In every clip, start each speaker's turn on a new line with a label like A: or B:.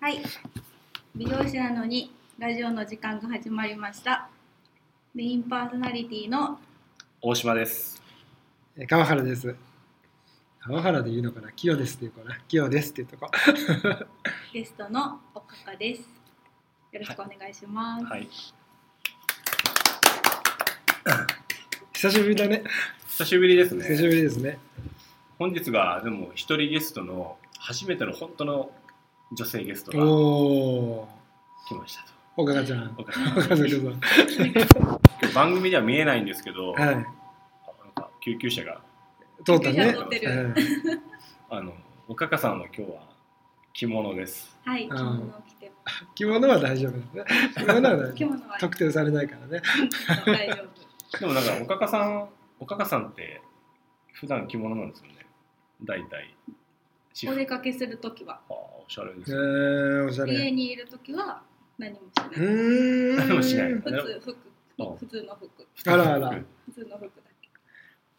A: はい。美容師なのにラジオの時間が始まりました。メインパーソナリティの
B: 大島です。
C: えー川原です。川原で言うのかな清ですっていうかな清ですっていうとこ。
A: ゲストのおかかです。よろしくお願いします。
B: はい。
C: 久しぶりだね。
B: 久しぶりです
C: 久しぶ
B: ね。
C: りですね。
B: 本日がでも一人ゲストの初めての本当の女性ゲスト
C: お
B: が
C: お
B: 来ましたと。
C: ー、おかかちゃん。
B: 僕
C: おかかさん。
B: 番組では見えないんですけど、なん
C: はい。
B: か救急車が
C: 通った
B: 救急
C: ね
B: 車。
A: 通って
C: う
A: る。
C: ん
B: あのおかかさんは今日は着物です。
A: はい。着物を着て、
C: 着物は大丈夫ですね。着物は大
A: 着
C: 丈夫。
A: 物は
C: 特定されないからね。
A: 大丈夫。
B: でもなん かおかかさんおかかさんって普段着物なんですよね。大体。 私
A: お
B: 服
A: 出かけするときは、
B: あーおしゃれで
C: え
B: すね。
C: ー、おしゃ
A: 家
C: れ。
A: にいるときは何もし
C: う
A: ない。
C: ーん。
B: 何もしない
A: 普通服
B: あ
A: 普通の服
C: あらあら。
A: 普通の服だけ。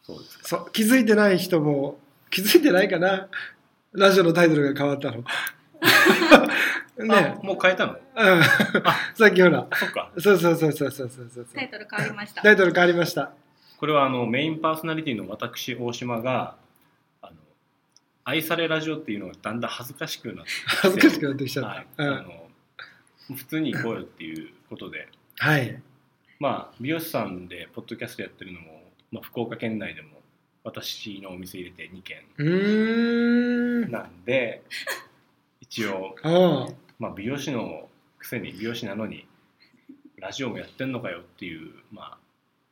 B: そうですか。
C: そう、気づいてない人も、気づいてないかなラジオのタイトルが変わった の。ね
B: あもう変えたの？
C: うん。さっきほら。
B: そっか。
C: そうそうそうそうそうそうそう。
A: タイトル変わりました。
C: タイトル変わりました。
B: これはあのメインパーソナリティの私大島があの愛されラジオっていうのがだんだん恥ずかしくなって
C: 恥ずかしくなってきちゃっ
B: はい
C: た。うん
B: あの普通に行こうよっていうことで
C: はい。
B: まあ美容師さんでポッドキャストやってるのも、まあ、福岡県内でも私のお店入れて2軒
C: うーん。
B: なん で一応、
C: あ
B: まあ、美容師のくせに美容師なのにラジオもやってんのかよっていうまあ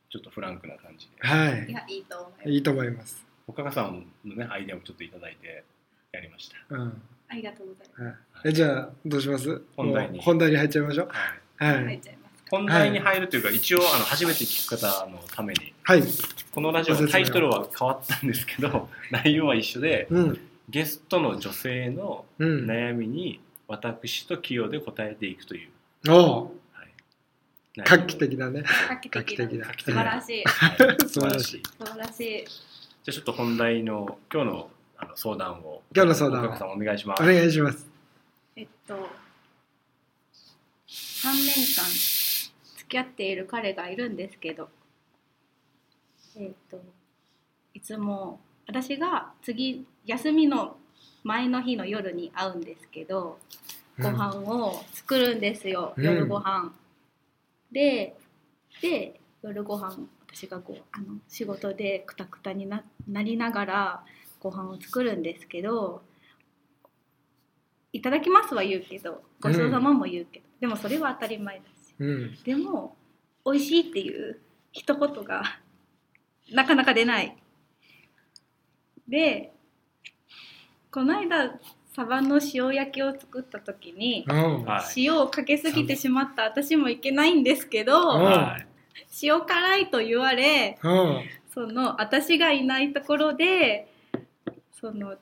B: ちょっとフランクな感じで
C: あ。はいい。
A: やいいと思います。
C: いいと思います。
B: 岡川さんのねアイデアもちょっといただいてやりました。
C: うん。
A: ありがとうございま
C: はい、えじゃあ、どうします
B: 本題に
C: もう本題に入っちゃいましょう。
B: はい
C: は
A: す。入
C: い
A: っ。ちゃいます。
B: 本題に入るというか、一応あの初めて聞く方のために
C: はい。
B: このラジオのタイトルは変わったんですけど内容は一緒で
C: うん。
B: ゲストの女性の
C: うん。
B: 悩みに私と企業で答えていくという、
C: おう
B: はい
C: 画期的だね。
A: 画
C: 画
A: 期
C: 期
A: 的
C: 的
A: だ
C: だ。
A: 素晴らしい。
B: はい素晴らしいじ
A: 素晴らしい。
B: ゃあちょっと本題の今日のあの相談を
C: 今日の相談を
B: 岡部さんお願いします
C: お願いします。
A: えっと、3年間付き合っている彼がいるんですけど、えっと、いつも私が次、休みの前の日の夜に会うんですけど、ご飯を作るんですよ、
C: うん
A: 夜ご飯でで夜ご飯私がこうあの仕事でくたくたにななりながらご飯を作るんですけど「いただきます」は言うけど「ごちそうさま」も言うけど、でもそれは当たり前だし
C: うん。
A: でも「美味しい」っていう一言がなかなか出ないでこの間サバの塩焼きを作った時に
C: うん。
B: はい
A: 塩をかけすぎてしまった私もいけないんですけ
C: うん
A: ど
B: はい
A: 塩辛いと言われ
C: うん。
A: その私がいないところでその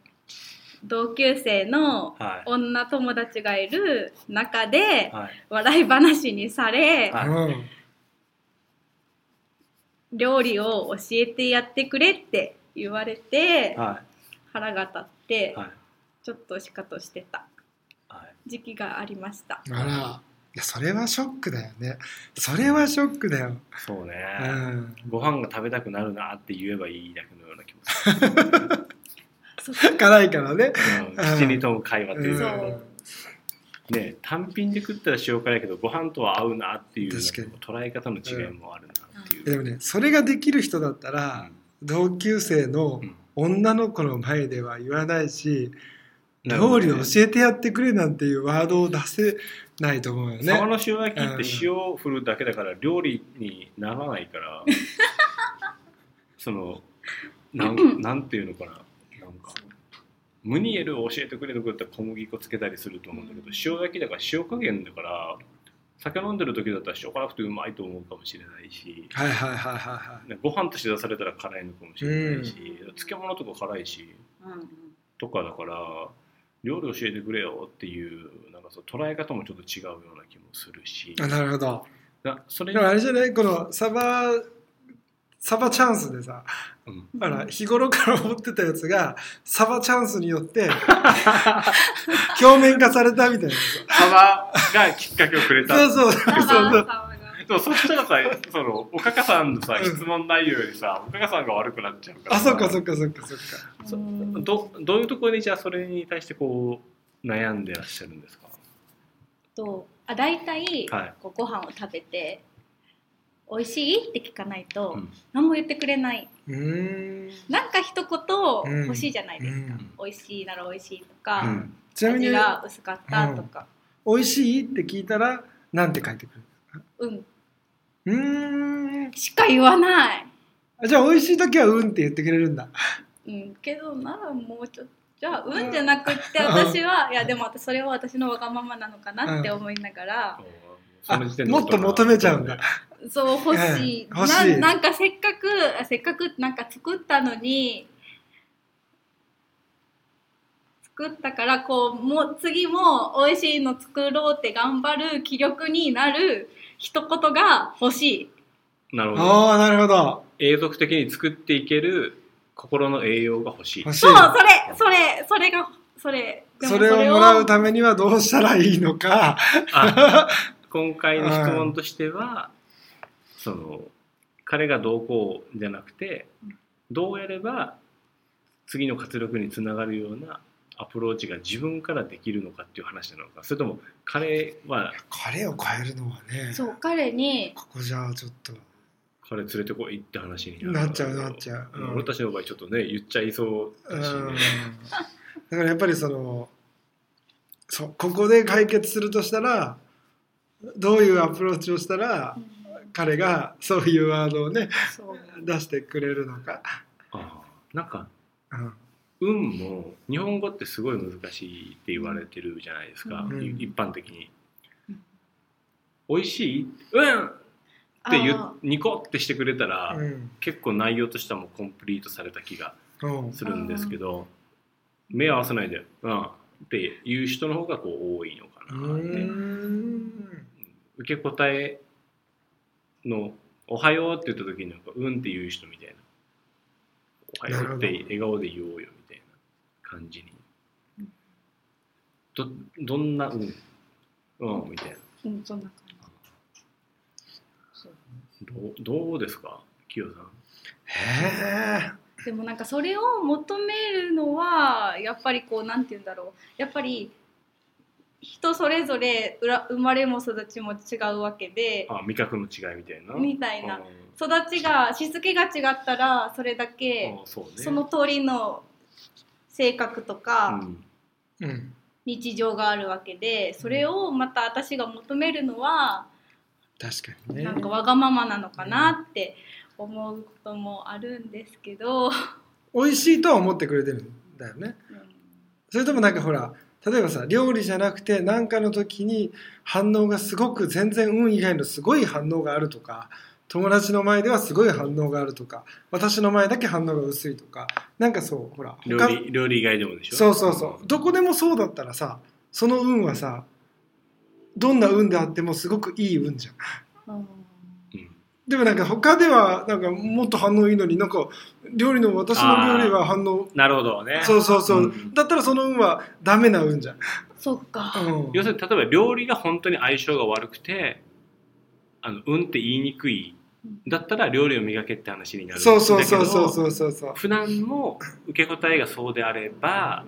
A: 同級生の
B: はい
A: 女友達がいる中で
B: はい
A: 笑い話にされ、
B: はい
C: うん。
A: 料理を教えてやってくれって言われて、
B: は
A: 腹が立っ
B: い
A: て、
B: はい
A: ちょっとシカとしてた
B: はい
A: 時期がありました
C: あら。いやそれはショックだよね。それはショックだよ。
B: そうね、
C: うん。
B: ご飯が食べたくなるなって言えばいいだけのような気もする
A: そう
C: 辛いからね。
B: うん口に飛ぶ会話っていう
A: そ
B: か、
A: う
B: ね単品で食ったら塩辛いけどご飯とは合うなっていう
C: 確
B: 捉え方の違いもあるなっていう、
C: でもねそれができる人だったら同級生の
B: うん
C: 女の子の前では言わないし、
B: なるほ
C: 料
B: ど
C: 理
B: ね
C: を教えてやってくれなんていうワードを出せないと思うよね。
B: サバの塩焼きって塩を振るだけだから料理にならないから そのなんなんていうのかななんかムニエルを教えてくれとかだったら小麦粉つけたりすると思うんだけど塩焼きだから塩加減だから酒飲んでる時だったら塩辛くてうまいと思うかもしれないし
C: はいはいはいはいは
B: ねご飯として出されたら辛いのかもしれないし、漬物とか辛いし
A: うんうん
B: とかだから料理教えてくれよっていうなんかそう捉え方もちょっと違うような気もするし
C: い。あなるほど。
B: なそれ
C: でもあれじゃないこのサバサバチャンスでさ
B: うん、
C: あら日頃から思ってたやつがサバチャンスによって 表面化されたみたいな
B: サバがきっかけをくれた
C: そうそうそう
A: サバ
C: そうそう
A: サバが
B: でもそしたらさそのおかかさんのさ
C: うん
B: 質問内容よりさおかかさんが悪くなっちゃうから
C: あ
B: さ
C: そっかそっかそっかそっか
B: そ
A: うん
B: どどういうところでじゃあそれに対してこう悩んでらっしゃるんですか
A: とあ大体、
B: はい
A: こうご飯を食べて「美味しい?」って聞かないと、
B: うん
A: 何も言ってくれないう
C: ーん
A: なんか一
C: うん
A: 言欲しいじゃないですか
B: う
C: う
B: ん
A: 「美味しいなら美味しい」とか、
B: うん
C: ちなみ
A: 味
C: に
A: が薄かった」とか
C: 「美味しい?」って聞いたらなんて書いてく
A: 「うん
C: るうーん」
A: しか言わない、
C: あじゃあ美味しい時は「うん」って言ってくれるんだ
A: うん、けどならもうちょっと。じゃあうんじゃなくって私は、いやでも私それは私のわがままなのかなって思いながら、
B: その時点で
C: あもっと求めちゃうんだ
A: そう欲しい,、
C: うん欲しい
A: ななんかせっかくあせっかくなんか作ったのに作ったからこうもう次も美味しいの作ろうって頑張る気力になる一言が欲しい
B: なるほど
C: ああなるほど
B: 永続的に作っていける心の栄養が欲しい
C: 欲しい
A: そうそれそれそれがそれでも
C: それをもらうためにはどうしたらいいのか
B: あ今回の質問としてはその彼がどうこうじゃなくてどうやれば次の活力につながるようなアプローチが自分からできるのかっていう話なのかそれとも彼は
C: 彼を変えるのはね
A: そう彼に
C: ここじゃあちょっと
B: 彼連れてこいって話に
C: なっちゃうなっちゃう、
B: うん俺たちの場合ちょっとね言っちゃいそう
C: う
B: だしね、
C: んだからやっぱりそのそうここで解決するとしたらどういうアプローチをしたら彼がそういうワードをね
A: そう
C: 出してくれるのか、
B: あーなんか
C: うん
B: 運も日本語ってすごい難しいって言われてるじゃないですか、
C: うん
B: い一般的に
A: うん。
B: 美味しいうんって言
A: あ
B: うニコってしてくれたら、
C: うん
B: 結構内容としてはもうコンプリートされた気が
C: うん
B: するんですけど目合わせないで「うん」って言う人の方がこう多いのか
C: う
B: なって、
C: ん
B: 受け答えの「おはよう」って言った時になんか「うん」って言う人みたいな「おはよう」って
C: なるほど
B: 笑顔で言おうよみたいな感じに
A: うん
B: どどんな「うん」うんみたいな
A: うんそんな感じそう
B: どうどうですかキヨさん
C: へえ
A: でもなんかそれを求めるのはやっぱりこうなんて言うんだろうやっぱり人それぞれうら生まれも育ちも違うわけで
B: あ味覚の違いみたいな
A: みたいな
B: うん
A: 育ちがしつけが違ったらそれだけ
B: あそうね
A: その通りの性格とか
B: うん
C: うん
A: 日常があるわけでそれをまた私が求めるのは
C: 確かにね
A: なんかわがままなのかなって思うこともあるんですけど。
C: 美味しいとは思ってくれてるんだよねそれともなんかほら例えばさ料理じゃなくて何かの時に反応がすごく全然運以外のすごい反応があるとか友達の前ではすごい反応があるとか私の前だけ反応が薄いとかなんかそうほら
B: 料
C: 他
B: 理料理以外でもでしょ
C: そうそうそうどこでもそうだったらさその運はさどんな運であってもすごくいい運じゃ
A: うん
C: ん
B: うん
C: でもなんか他ではなんかもっと反応いいのになんか料理の私の料理は反応
B: なるほどね
C: そうそうそう、
B: うん
C: だったらその運はダメな運じゃん、
A: そっか。
C: うん
B: 要するに例えば料理が本当に相性が悪くてあのうんって言いにくいだったら料理を磨けって話になるんだ
C: そ
B: け
C: う
B: ど
C: そうそうそうそうそうそう
B: 普段も受け答えがそうであれば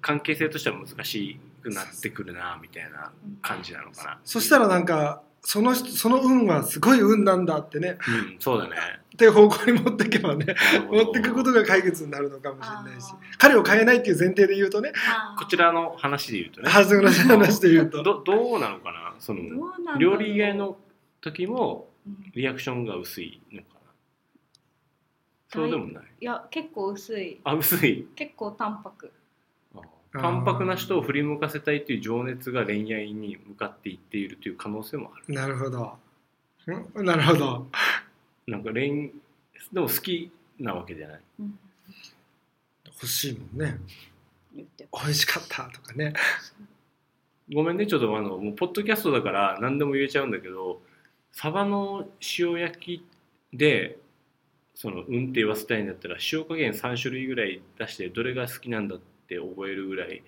B: 関係性としては難しくなってくるなみたいな感じなのか
C: そしたらなんかその人その運はすごい運なんだってね
B: なうんそうだね
C: って方向に持っていけばね
B: なるほ
C: 持
B: ど
C: っていくことが解決になるのかもしれないし
A: あー
C: 彼を変えないっていう前提で言うとね
A: あー
B: こちらの話で言うとね
C: 恥ずかしい話で言う と
B: どどうなのかなその
A: どうなんだろう
B: 料理以外の時も
A: うん
B: リアクションが薄いのかなそうでもない
A: いや結構薄い
B: あ薄い
A: 結構淡白
C: あー
B: 淡白な人を振り向かせたいという情熱が恋愛に向かっていっているという可能性もある
C: なるほどんなるほど
B: なんか恋でも好きなわけじゃない
A: うん
C: 欲しいもんね
A: 言って
C: 美味しかったとかね
B: ごめんねちょっとあのもうポッドキャストだから何でも言えちゃうんだけどサバの塩焼きでその運転は伝えんだったら塩加減3種類ぐらい出してどれが好きなんだって覚えるぐらい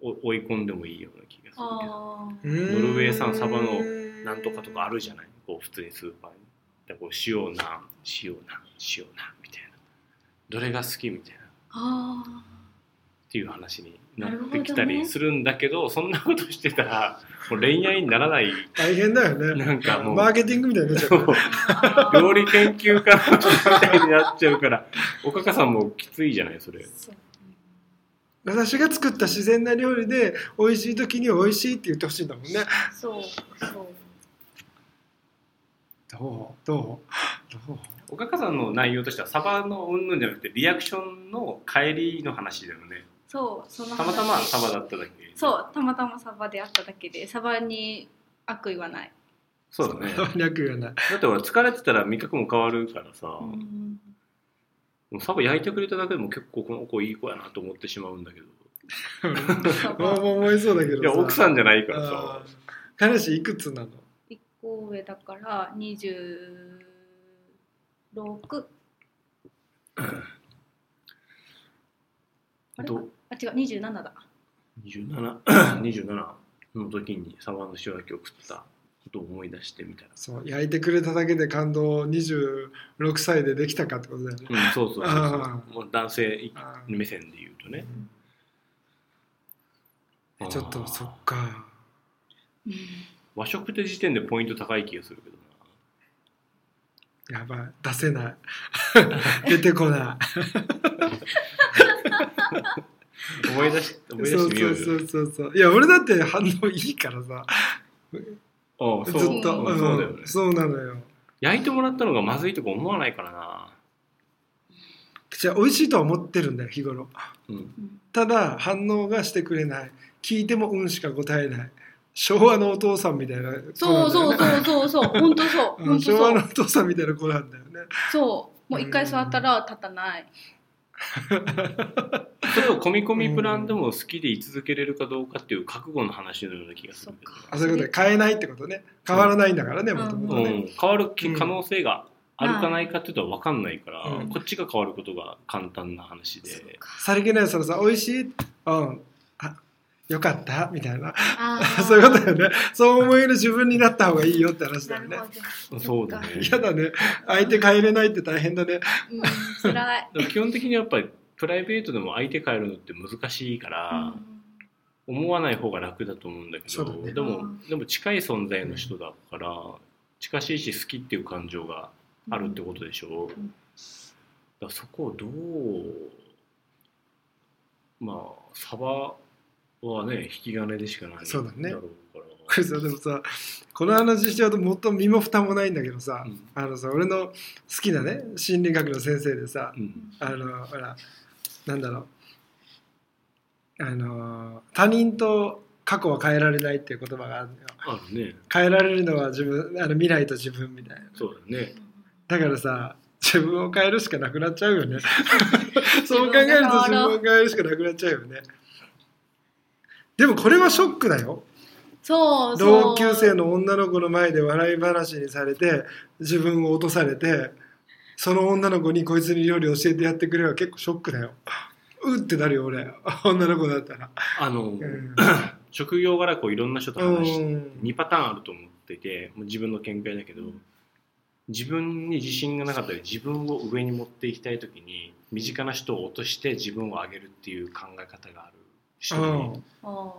B: お追い込んでもいいような気がするけど
A: あ
C: ノ
B: ノルウェー産サバのなんとかとかあるじゃないこう普通にスーパーにだからこう塩なん塩なん塩なんみたいなどれが好きみたいなっ
A: あ
B: ていう話になってきたりするんだけどそんなことしてたらもう恋愛にならない
C: 大変だよね
B: なんかもう
C: マーケティングみたいになっちゃう
B: そう
A: ー
B: 料理研究家の人みたいになっちゃうからおかかさんもきついじゃないそれ
A: そう
C: 私が作った自然な料理で美味しい時に美味しいって言ってほしいんだもんね
A: そうそう
C: どうどうどう
B: おかかさんの内容としてはサバの云々じゃなくてリアクションの帰りの話だよね
A: そうその話
B: たまたまサバだっただけ
A: そうたまたまサバであっただけでサバに悪意はない、
B: そうだね
C: 略がない
B: だって俺疲れてたら味覚も変わるからさ、
A: うん
B: もうサバ焼いてくれただけでも結構この子いい子やなと思ってしまうんだけど
A: サ
C: まあ
A: バ
C: もう思いそうだけど
B: いや奥さ
C: ん
B: んじゃないからさ
C: 彼氏いくつなの
A: 1個上だから26あれ
B: ど
A: あ違う27だ
B: 2727の時にサバの塩焼きを食ったことを思い出してみたら
C: そう焼いてくれただけで感動を26歳でできたかってことだよね
B: うん、そうそうそうそう
C: あー
B: もう男性
C: あー
B: 目線で言うとね
C: ちょっとそ
B: あー
C: っか
A: うん
B: 和食って時点でポイント高い気がするけどな
C: やばい出せない出てこな
B: 思い出 し思
C: い
B: い出
C: そ
B: し
C: う
B: てみよ
C: そうう
B: よ
C: そうそうそういや俺だって反応いいからさ
B: ああ
C: ずっ
B: そ
C: と
B: う
C: うん
B: そ
A: うん
B: うそうだよね
C: そうなのよ
B: 焼いてもらったのがまずいとか思わないからな
C: じゃあ美味しいとは思ってるんだよ日頃
B: うん
A: うん
C: ただ反応がしてくれない聞いても「うん」しか答えない昭和のお父さんみたいな子なんだよね
A: そうそうそうそうそう本当そう
C: う
A: 本
C: ん
A: 当
C: 昭和
A: そ
C: の
A: う
C: お父さんみたいな子なんだよね
A: そうもう一回座ったら立たない
B: それを込み込みプランでも好きで居続けれるかどうかっていう覚悟の話のような気がするけど
A: そっか
C: あそういうことで変えないってことね変わらないんだからね
A: うん
C: もとも
B: う
C: と
A: そ
C: ね
B: ん、変わるき
C: うん
B: 可能性があるかないかっていうと分かんないから、
C: うん
B: こっちが変わることが簡単な話で、
C: さりげないそのさ「美味しい」うんあよかったみたいな
A: あ
C: そういうことだよねそう思える自分になった方がいいよって話だ
A: な
C: よ
A: る
C: ね
A: ほど
B: そうだね
C: 嫌だね相手変えれないって大変だね
A: うん辛い
B: でも基本的にやっぱりプライベートでも相手変えるのって難しいから、思わない方が楽だと思うんだけ
C: そ
B: ど
C: うだね
B: で
A: う
B: も
A: ん
B: でも近い存在の人だから、近しいし好きっていう感情があるってことでしょう、
A: うん
B: だからそこをどうまあサバはね引き金でしかないだ
C: そ
B: ろ
C: う
B: う
C: だ
B: か
C: ね
B: ら
C: これさでもさこの話しちゃうともっと身も蓋もないんだけどさ、
B: うん
C: あのさ俺の好きなね心理学の先生でさ
B: うん
C: あのほらなんだろうあの他人と過去は変えられないっていう言葉があるのよ
B: あるね
C: 変えられるのは自分あの未来と自分みたいな
B: そうだね
C: だからさ自分を変えるしかなくなっちゃう よねそう考えると自分を変えるしかなくなっちゃうよねでもこれはショックだよ
A: そうそう
C: 同級生の女の子の前で笑い話にされて自分を落とされてその女の子に「こいつに料理教えてやってくれ」は結構ショックだようってなるよ俺女の子だったら
B: あの、
C: うん
B: 職業柄こういろんな人と話して
C: うん
B: 2パターンあると思っててもう自分の見解だけど自分に自信がなかったり自分を上に持っていきたい時に身近な人を落として自分を上げるっていう考え方がある人に、
A: あ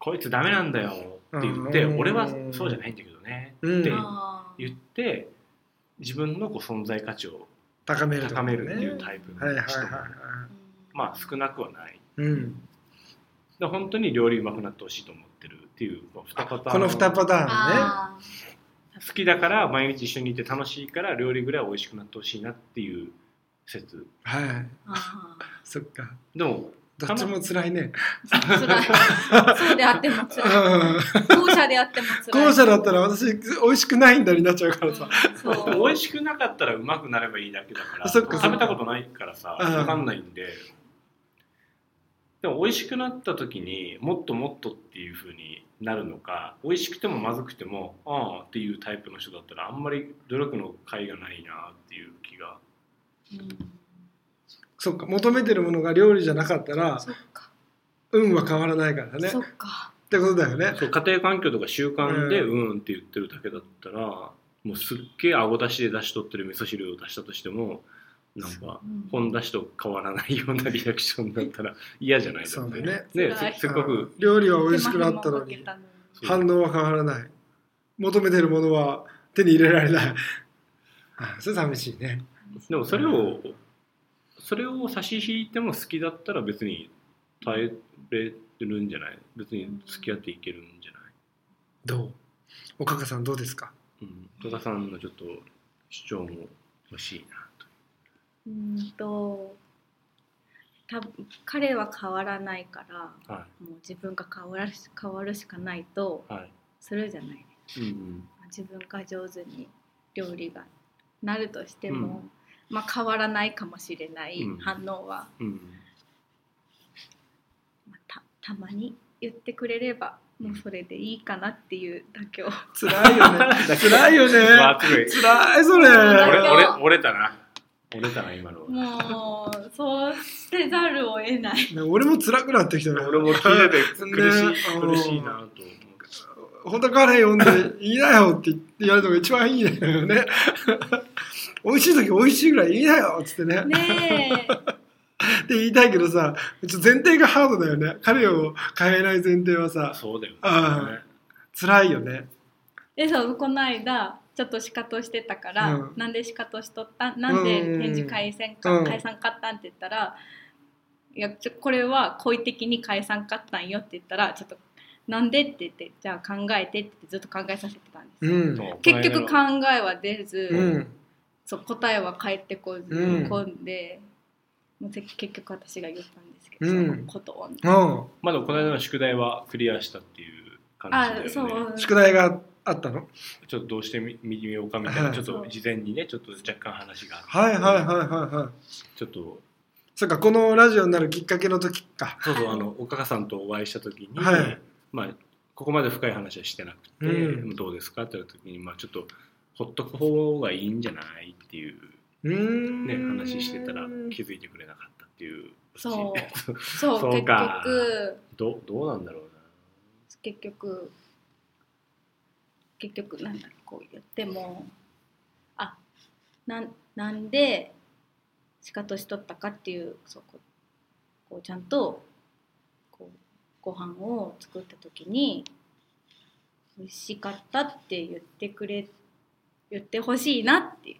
B: こいつダメなんだよって言って、
C: うん
B: 俺はそうじゃないんだけどね
C: うん
B: で
A: ーあー
B: 言って自分のこう存在価値を
C: 高めるとか
B: 高
C: ね
B: めるっていうタイプの人
C: はいはい
B: も
C: はいは
B: まあ少なくはない
C: い、うん、
B: で本当に料理うまくなってほしいと思ってるっていうこの2パターン
C: この2パターンね
A: あー
B: 好きだから毎日一緒にいて楽しいから料理ぐらい美味しくなってほしいなっていう説
C: はい
A: あ
C: そっか
B: でも
C: どっちも辛いね
A: ー辛いそうであっても辛い後者であっても辛い
C: 後者だったら私美味しくないんだになっちゃうからさ
A: うんそう
B: 美味しくなかったらうまくなればいいだけだから
C: そっか
B: 食べたことないからさ
C: うん
B: 分かんないんででも美味しくなった時にもっともっとっていう風になるのか美味しくてもまずくてもああっていうタイプの人だったらあんまり努力の甲斐がないなっていう気が
C: そっか求めてるものが料理じゃなかったら
A: そっか、
C: 運は変わらないからねっ
A: そっか
C: てことだよね
B: そう家庭環境とか習慣で
C: う
B: うんって言ってるだけだったら、もうすっげえ顎出しで出し取ってる味噌汁を出したとしてもなんか
A: うん
B: 本出しと変わらないようなリアクションだったら嫌じゃない
C: そうだ
B: ね
C: ね
B: ね
A: 辛い
B: すすっごく
C: 料理は美味しくなったのに
A: 手間暇かけたのに
B: そう
C: 反応は変わらない求めてるものは手に入れられないあそれ寂しいね
B: でもそれをそれを差し引いても好きだったら別に耐えれるんじゃない別に付き合っていけるんじゃない
C: どうおかかさんどうですか
B: うん戸田さんのちょっと主張も欲しいなと
A: うーんと多分彼は変わらないから
B: は
A: もう自分が変わるし変わるしかないと
B: いはい
A: するじゃない
B: うんうん
A: 自分が上手に料理がなるとして
B: う
A: も、まあ、変わらないかもしれない
B: うん
A: 反応は、
B: うん
A: まあたたまに言ってくれればもうそれでいいかなっていう妥協
C: 辛い よね辛いよね
B: わあすごい
C: 辛いそ
A: 辛
B: 俺
A: い
C: れ
B: 俺折れたな折れたな今のは
A: もうそうせざるを得 ない
C: 俺も辛くなってきたね
B: 俺も聞いてて苦 しい、
C: ね
B: 苦しいなと思う
C: 本当彼呼んで「いいなよ」って言われたのが一番いいんだよね美味しい時美味しいぐらい「いいなよ」っつってね
A: ねえ
C: って言いたいけどさちょっと前提がハードだよね彼を変えない前提はさ
B: そうだよね
C: あ辛いよね
A: でそうこの間ちょっとシカトしてたから、
C: うん
A: なんでシカトしとったなんで
C: うん
A: 返事返せんか、
C: うん
A: 返さんかったんって言ったら「いやちょこれは好意的に返さんかったんよ」って言ったらちょっと「なんで?」って言って「じゃあ考えて」って言ってずっと考えさせてたんです
C: う
A: よ、
C: ん
B: そう
A: 結局考えは出ず、
C: うん
A: そう答えは返ってこず
C: うん
A: 込んで、もうぜ結局私が言ったんですけど、
C: うん
A: そのことを、
C: うん
B: まだこの間の宿題はクリアしたっていう感じだよ
A: あ
B: ね
A: そう
C: 宿題があったの
B: ちょっとどうしてみ見てみようかみたいな、
C: はい
B: ちょっと事前にね、ちょっと若干話があって
C: はいはいはいはいはい
B: ちょっと、
C: そっかこのラジオになるきっかけの時か
B: そうそう、あの、おかかさんとお会いした時に、
C: はい
B: まあ、ここまで深い話はしてなくて、
C: うん
B: どうですかって言った時に、まあ、ちょっと、ほっとく方がいいんじゃないっていう、
C: うーん
B: ね、話してたら気づいてくれなかったっていう。
A: そうそう
B: そう
A: 結
B: か
A: 局
B: どどうなんだろう
A: 結局結局なんだろうこう言ってもあなんなんで仕方しとったかっていうそうこうこうちゃんとこうご飯を作った時に美味しかったって言ってくれ言ってほしいなってっ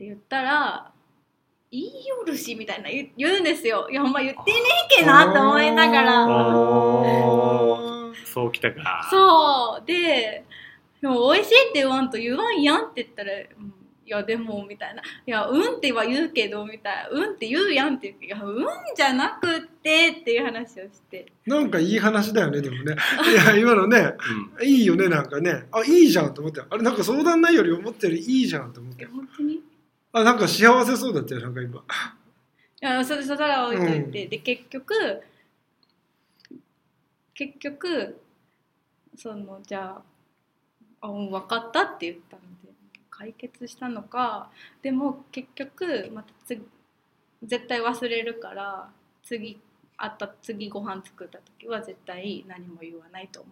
A: て言ったら「言いよるし」みたいな言う言うんですよ。いやほんま言ってねえけなと思いながら。
B: おな。そうきたか。
A: そうで「でも美味しいって言わんと言わんやん」って言ったら「うんいやでも」みたいな「いやうん」っては言うけどみたいな「うん」って言うやんって言ういやうん」じゃなくって」っていう話をして
C: なんかいい話だよねでもねいや今のね
B: うん。
C: いいよねなんかねあいいじゃんと思ったよあれなんか相談内容より思ったよりいいじゃんと思っ
A: 「い
C: た
A: や
C: よ
A: 本当に?」い
C: あなんか幸せそうだったよなんか今
A: やそれそれは置いといて、で結局結局そのじゃあ「あうん分かった」って言ったので解決したのかでも結局また次絶対忘れるから次会った次ご飯作った時は絶対何も言わないと思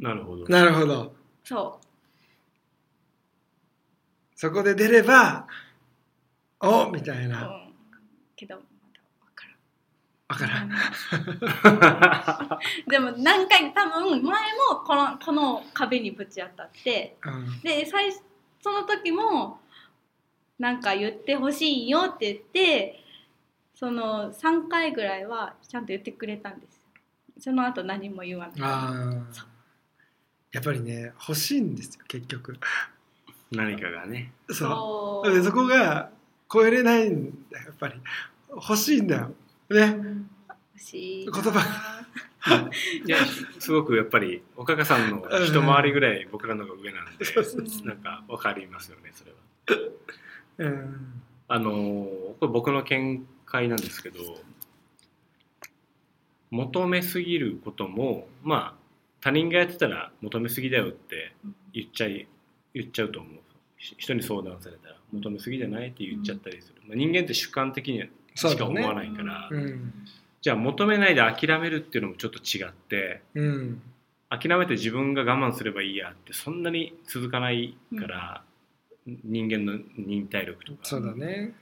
A: う
B: なるほど。
C: なるほど
A: そ、
C: そこで出ればおみたいう
A: う、
C: なん
A: けどまだ分からん
C: わからん
A: でも何回多分前もこのこの壁にぶち当たって
C: うん
A: で最初その時もなんか言ってほしいよって言ってその3回ぐらいはちゃんと言ってくれたんですその後何も言わな
C: あーやっぱりね欲しいんですよ結局
B: 何かがね。
A: い
C: そう
A: そ
C: でそこが超えれないんだよやっぱり欲しいんだよね
A: うん欲しいな
C: 言葉
B: いや、すごくやっぱり、おかかさんの一回りぐらい僕らの方が上なんで、なんかわかりますよね、それは。
C: うん
B: あのーこれ僕の見解なんですけど、求めすぎることも、まあ、他人がやってたら求めすぎだよって言っちゃい、言っちゃうと思う。ひ人に相談されたら求めすぎじゃないって言っちゃったりする、まあ、人間って主観的に
C: そう
B: しか
C: だ
B: 思わ
C: ね
B: ないから、
C: うん
B: じゃあ求めないで諦めるっていうのもちょっと違って
C: うん
B: 諦めて自分が我慢すればいいやってそんなに続かないから、人間の忍耐力とか
C: そうだね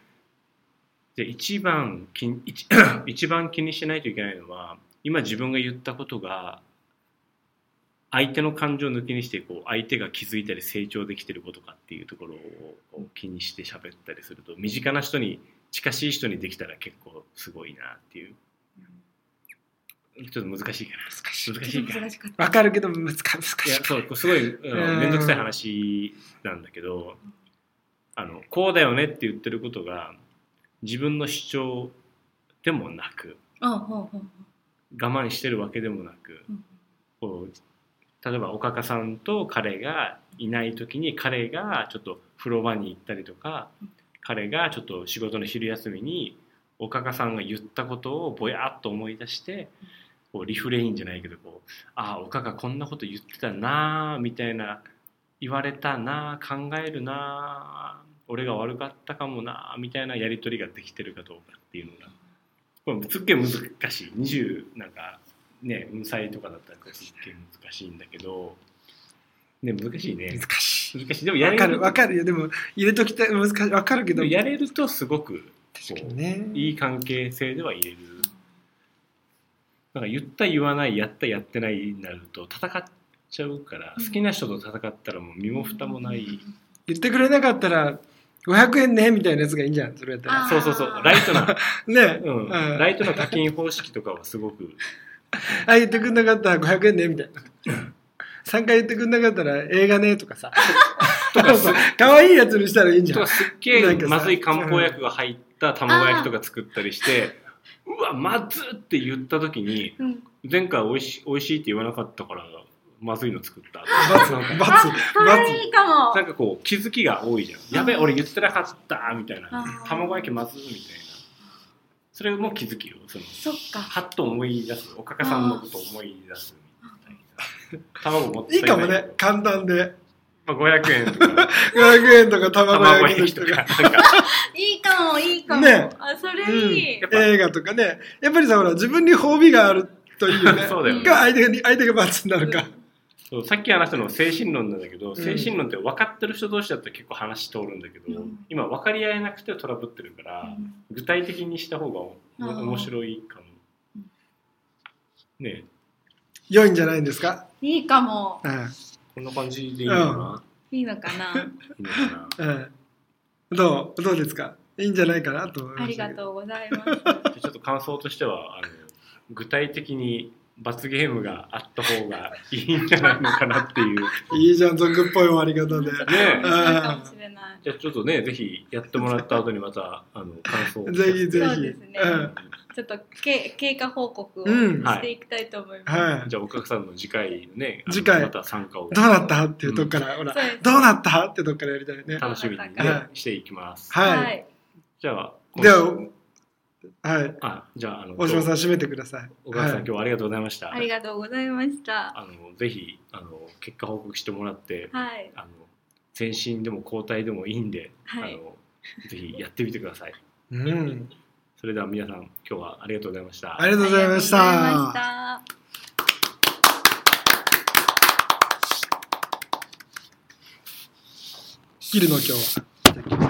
B: で一番気に 一一番気にしないといけないのは今自分が言ったことが相手の感情を抜きにしてこう相手が気づいたり成長できてることかっていうところをこう気にして喋ったりすると身近な人に近しい人にできたら結構すごいなっていうちょっと難しいかな難しい難
A: ち
B: し
A: ょっ
B: い
A: と
B: か
A: 難しかった
C: わかるけど難しい難し
B: いや
C: い
B: そうこうすごいあ
C: う
B: の
C: ん
B: 面倒くさい話なんだけどあのこうだよねって言ってることが自分の主張でもなく
A: あほうほうほう
B: 我慢してるわけでもなく
A: うん
B: こう例えばおかかさんと彼がいない時に彼がちょっと風呂場に行ったりとか
A: うん
B: 彼がちょっと仕事の昼休みにおかかさんが言ったことをぼやっと思い出してこうリフレインじゃないけどこうああおかかこんなこと言ってたなあみたいな言われたなあ考えるなあ俺が悪かったかもなあみたいなやり取りができてるかどうかっていうのがこれすっげえ難しい20なんかね運歳とかだったらすっげえ難しいんだけどね難しいね
C: 難し
B: 難しいでも
C: い
B: や
C: わ
B: れ
C: かるわかるよでも入れときたい難しいわかるけ
B: で
C: ど
B: もやれるとすごく
C: 確か
B: こう
C: にね
B: いい関係性では入れるなんか言った言わないやったやってないになると戦っちゃうから
A: うん
B: 好きな人と戦ったらもう身も蓋もない、
C: 言ってくれなかったら500円ねみたいなやつがいいんじゃんそれやった
A: あ
C: ら
B: そうそうそう
A: ー
B: ライトな、
C: ね
B: うん
C: ん
B: ライトな課金方式とかはすごく
C: あ言ってくんなかったら500円ねみたいな3回言ってくんなかったら映画ねと かさ
B: とかす
C: 可愛いやつにしたらいいんじ
B: と
C: ゃん
B: かすっげ
C: な
B: え
C: んかさ
B: まずい漢方薬が入った卵焼きとか作ったりしてうわまずっって言った時に
A: うん
B: 前回おいしおいしいって言わなかったからまずいの作った
C: 罰
B: なんか
C: 罰
A: あそ
C: 罰
A: れいいかも
B: なんかこう気づきが多いじゃんやべえ俺言ってなかったみたいな
A: あー
B: 卵焼きまずいみたいなそれも気づきよその
A: そっか
B: はっと思い出すおかかさんのことを思い出すみたいな卵持って
C: いいかもね簡単で
B: まあ、500円とか
C: 500円とか卵
B: 卵
C: 焼
B: 焼
C: き
B: き
C: と
B: と
C: か
B: かなんか
A: いいかもいいかも、
C: ね
A: あそれいい、
B: やっぱ
C: 映画とかねやっぱりさほら自分に褒美があるといいよね
B: そうだよね
C: が相手に相手が罰になるか、
B: そうさっき話したのは精神論なんだけど、
C: ん
B: 精神論って分かってる人同士だったら結構話通るんだけど、
A: うん
B: 今分かり合えなくてトラブってるから、
A: うん
B: 具体的にした方がお
A: あー
B: 面白いかも
A: うん。
B: ねえ
C: 良いんじゃないんですか、
A: いいかも
C: うん
B: こんな感じでいいのかな、
A: いいのか な
B: いいのかな
C: うん、どうどうですかいいんじゃないかなと思い
A: あ
C: ま
A: り
C: した
A: が
C: けど
A: とうございます
B: でちょっと感想としてはあの具体的に罰ゲームがあった方がいいんじゃないのかなっていう。
C: いいじゃん俗っぽい終わり方
A: 面
C: で
A: 白いかもしれない
B: じゃあちょっとねぜひやってもらった後にまたあの感想を
C: ぜひぜひ
A: そうですね
C: うん
A: ちょっとけ経過報告を
C: うん
A: していきたいと思います。
C: はい、
B: じゃあお客さんの次回のねあの
C: 次回
B: また参加を
C: どうなったっていうとこから、ほら
A: そうです
C: どうなったってとこからやりたいね
B: 楽しみに、ね
C: は
B: していきます。
C: はい、
A: はい。
B: じゃあ、
C: では
B: 今
C: はい
B: 週あじゃああの
C: 大島さん締めてください
B: 小川さん、
C: は
B: 今
C: い
B: 日はありがとうございました。
A: ありがとうございました。
B: あのぜひあの結果報告してもらって、
A: はい。
B: あの全身でも交代でもいいんで、
A: はい
B: あのぜひやってみてください。
C: うん、
B: それでは皆さん今日はありがとうございました。
C: ありがとうございました
A: ありがとうございました。
C: 切るの今日は。